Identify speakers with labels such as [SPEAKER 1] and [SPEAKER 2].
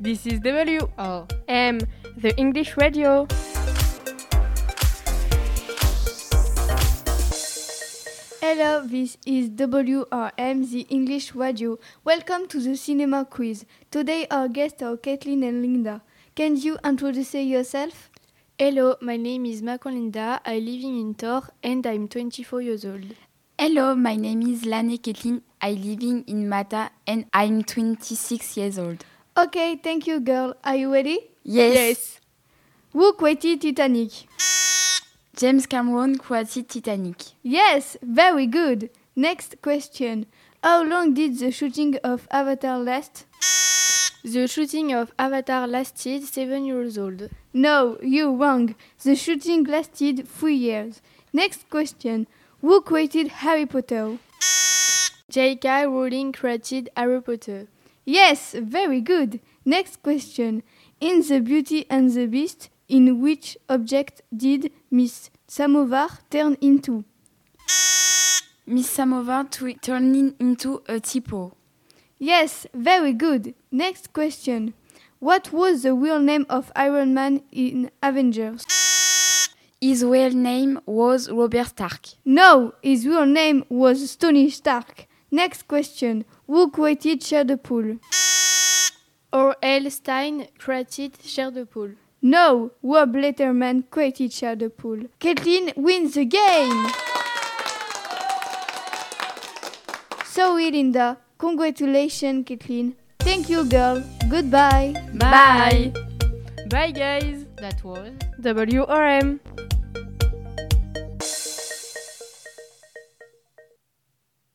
[SPEAKER 1] This is W.
[SPEAKER 2] Oh.
[SPEAKER 3] M, the English radio.
[SPEAKER 4] Hello, this is WRM, the English radio. Welcome to the cinema quiz. Today, our guests are Caitlin and Linda. Can you introduce yourself?
[SPEAKER 5] Hello, my name is Makolinda. I live in Tor and I'm 24 years old.
[SPEAKER 6] Hello, my name is Lane Ketlin. I living in Mata and I'm 26 years old.
[SPEAKER 4] Okay, thank you, girl. Are you ready?
[SPEAKER 6] Yes.
[SPEAKER 4] Who created Titanic?
[SPEAKER 6] James Cameron created Titanic.
[SPEAKER 4] Yes, very good. Next question. How long did the shooting of Avatar last?
[SPEAKER 5] The shooting of Avatar lasted 7 years old.
[SPEAKER 4] No, you're wrong. The shooting lasted three years. Next question. Who created Harry Potter?
[SPEAKER 5] J.K. Rowling created Harry Potter.
[SPEAKER 4] Yes, very good. Next question. In The Beauty and the Beast, in which object did Miss Samovar turn into?
[SPEAKER 6] Miss Samovar tu- turning into a tipo.
[SPEAKER 4] Yes, very good. Next question. What was the real name of Iron Man in Avengers?
[SPEAKER 6] His real name was Robert Stark.
[SPEAKER 4] No, his real name was Tony Stark. Next question. Who created Shadow
[SPEAKER 5] O.L. Stein created Chair de Poule.
[SPEAKER 4] No, Rob Letterman created Shadowpool. Caitlin wins the game! so, Linda, congratulations, Caitlin. Thank you, girl. Goodbye.
[SPEAKER 6] Bye.
[SPEAKER 1] Bye, guys.
[SPEAKER 2] That was.
[SPEAKER 3] WRM.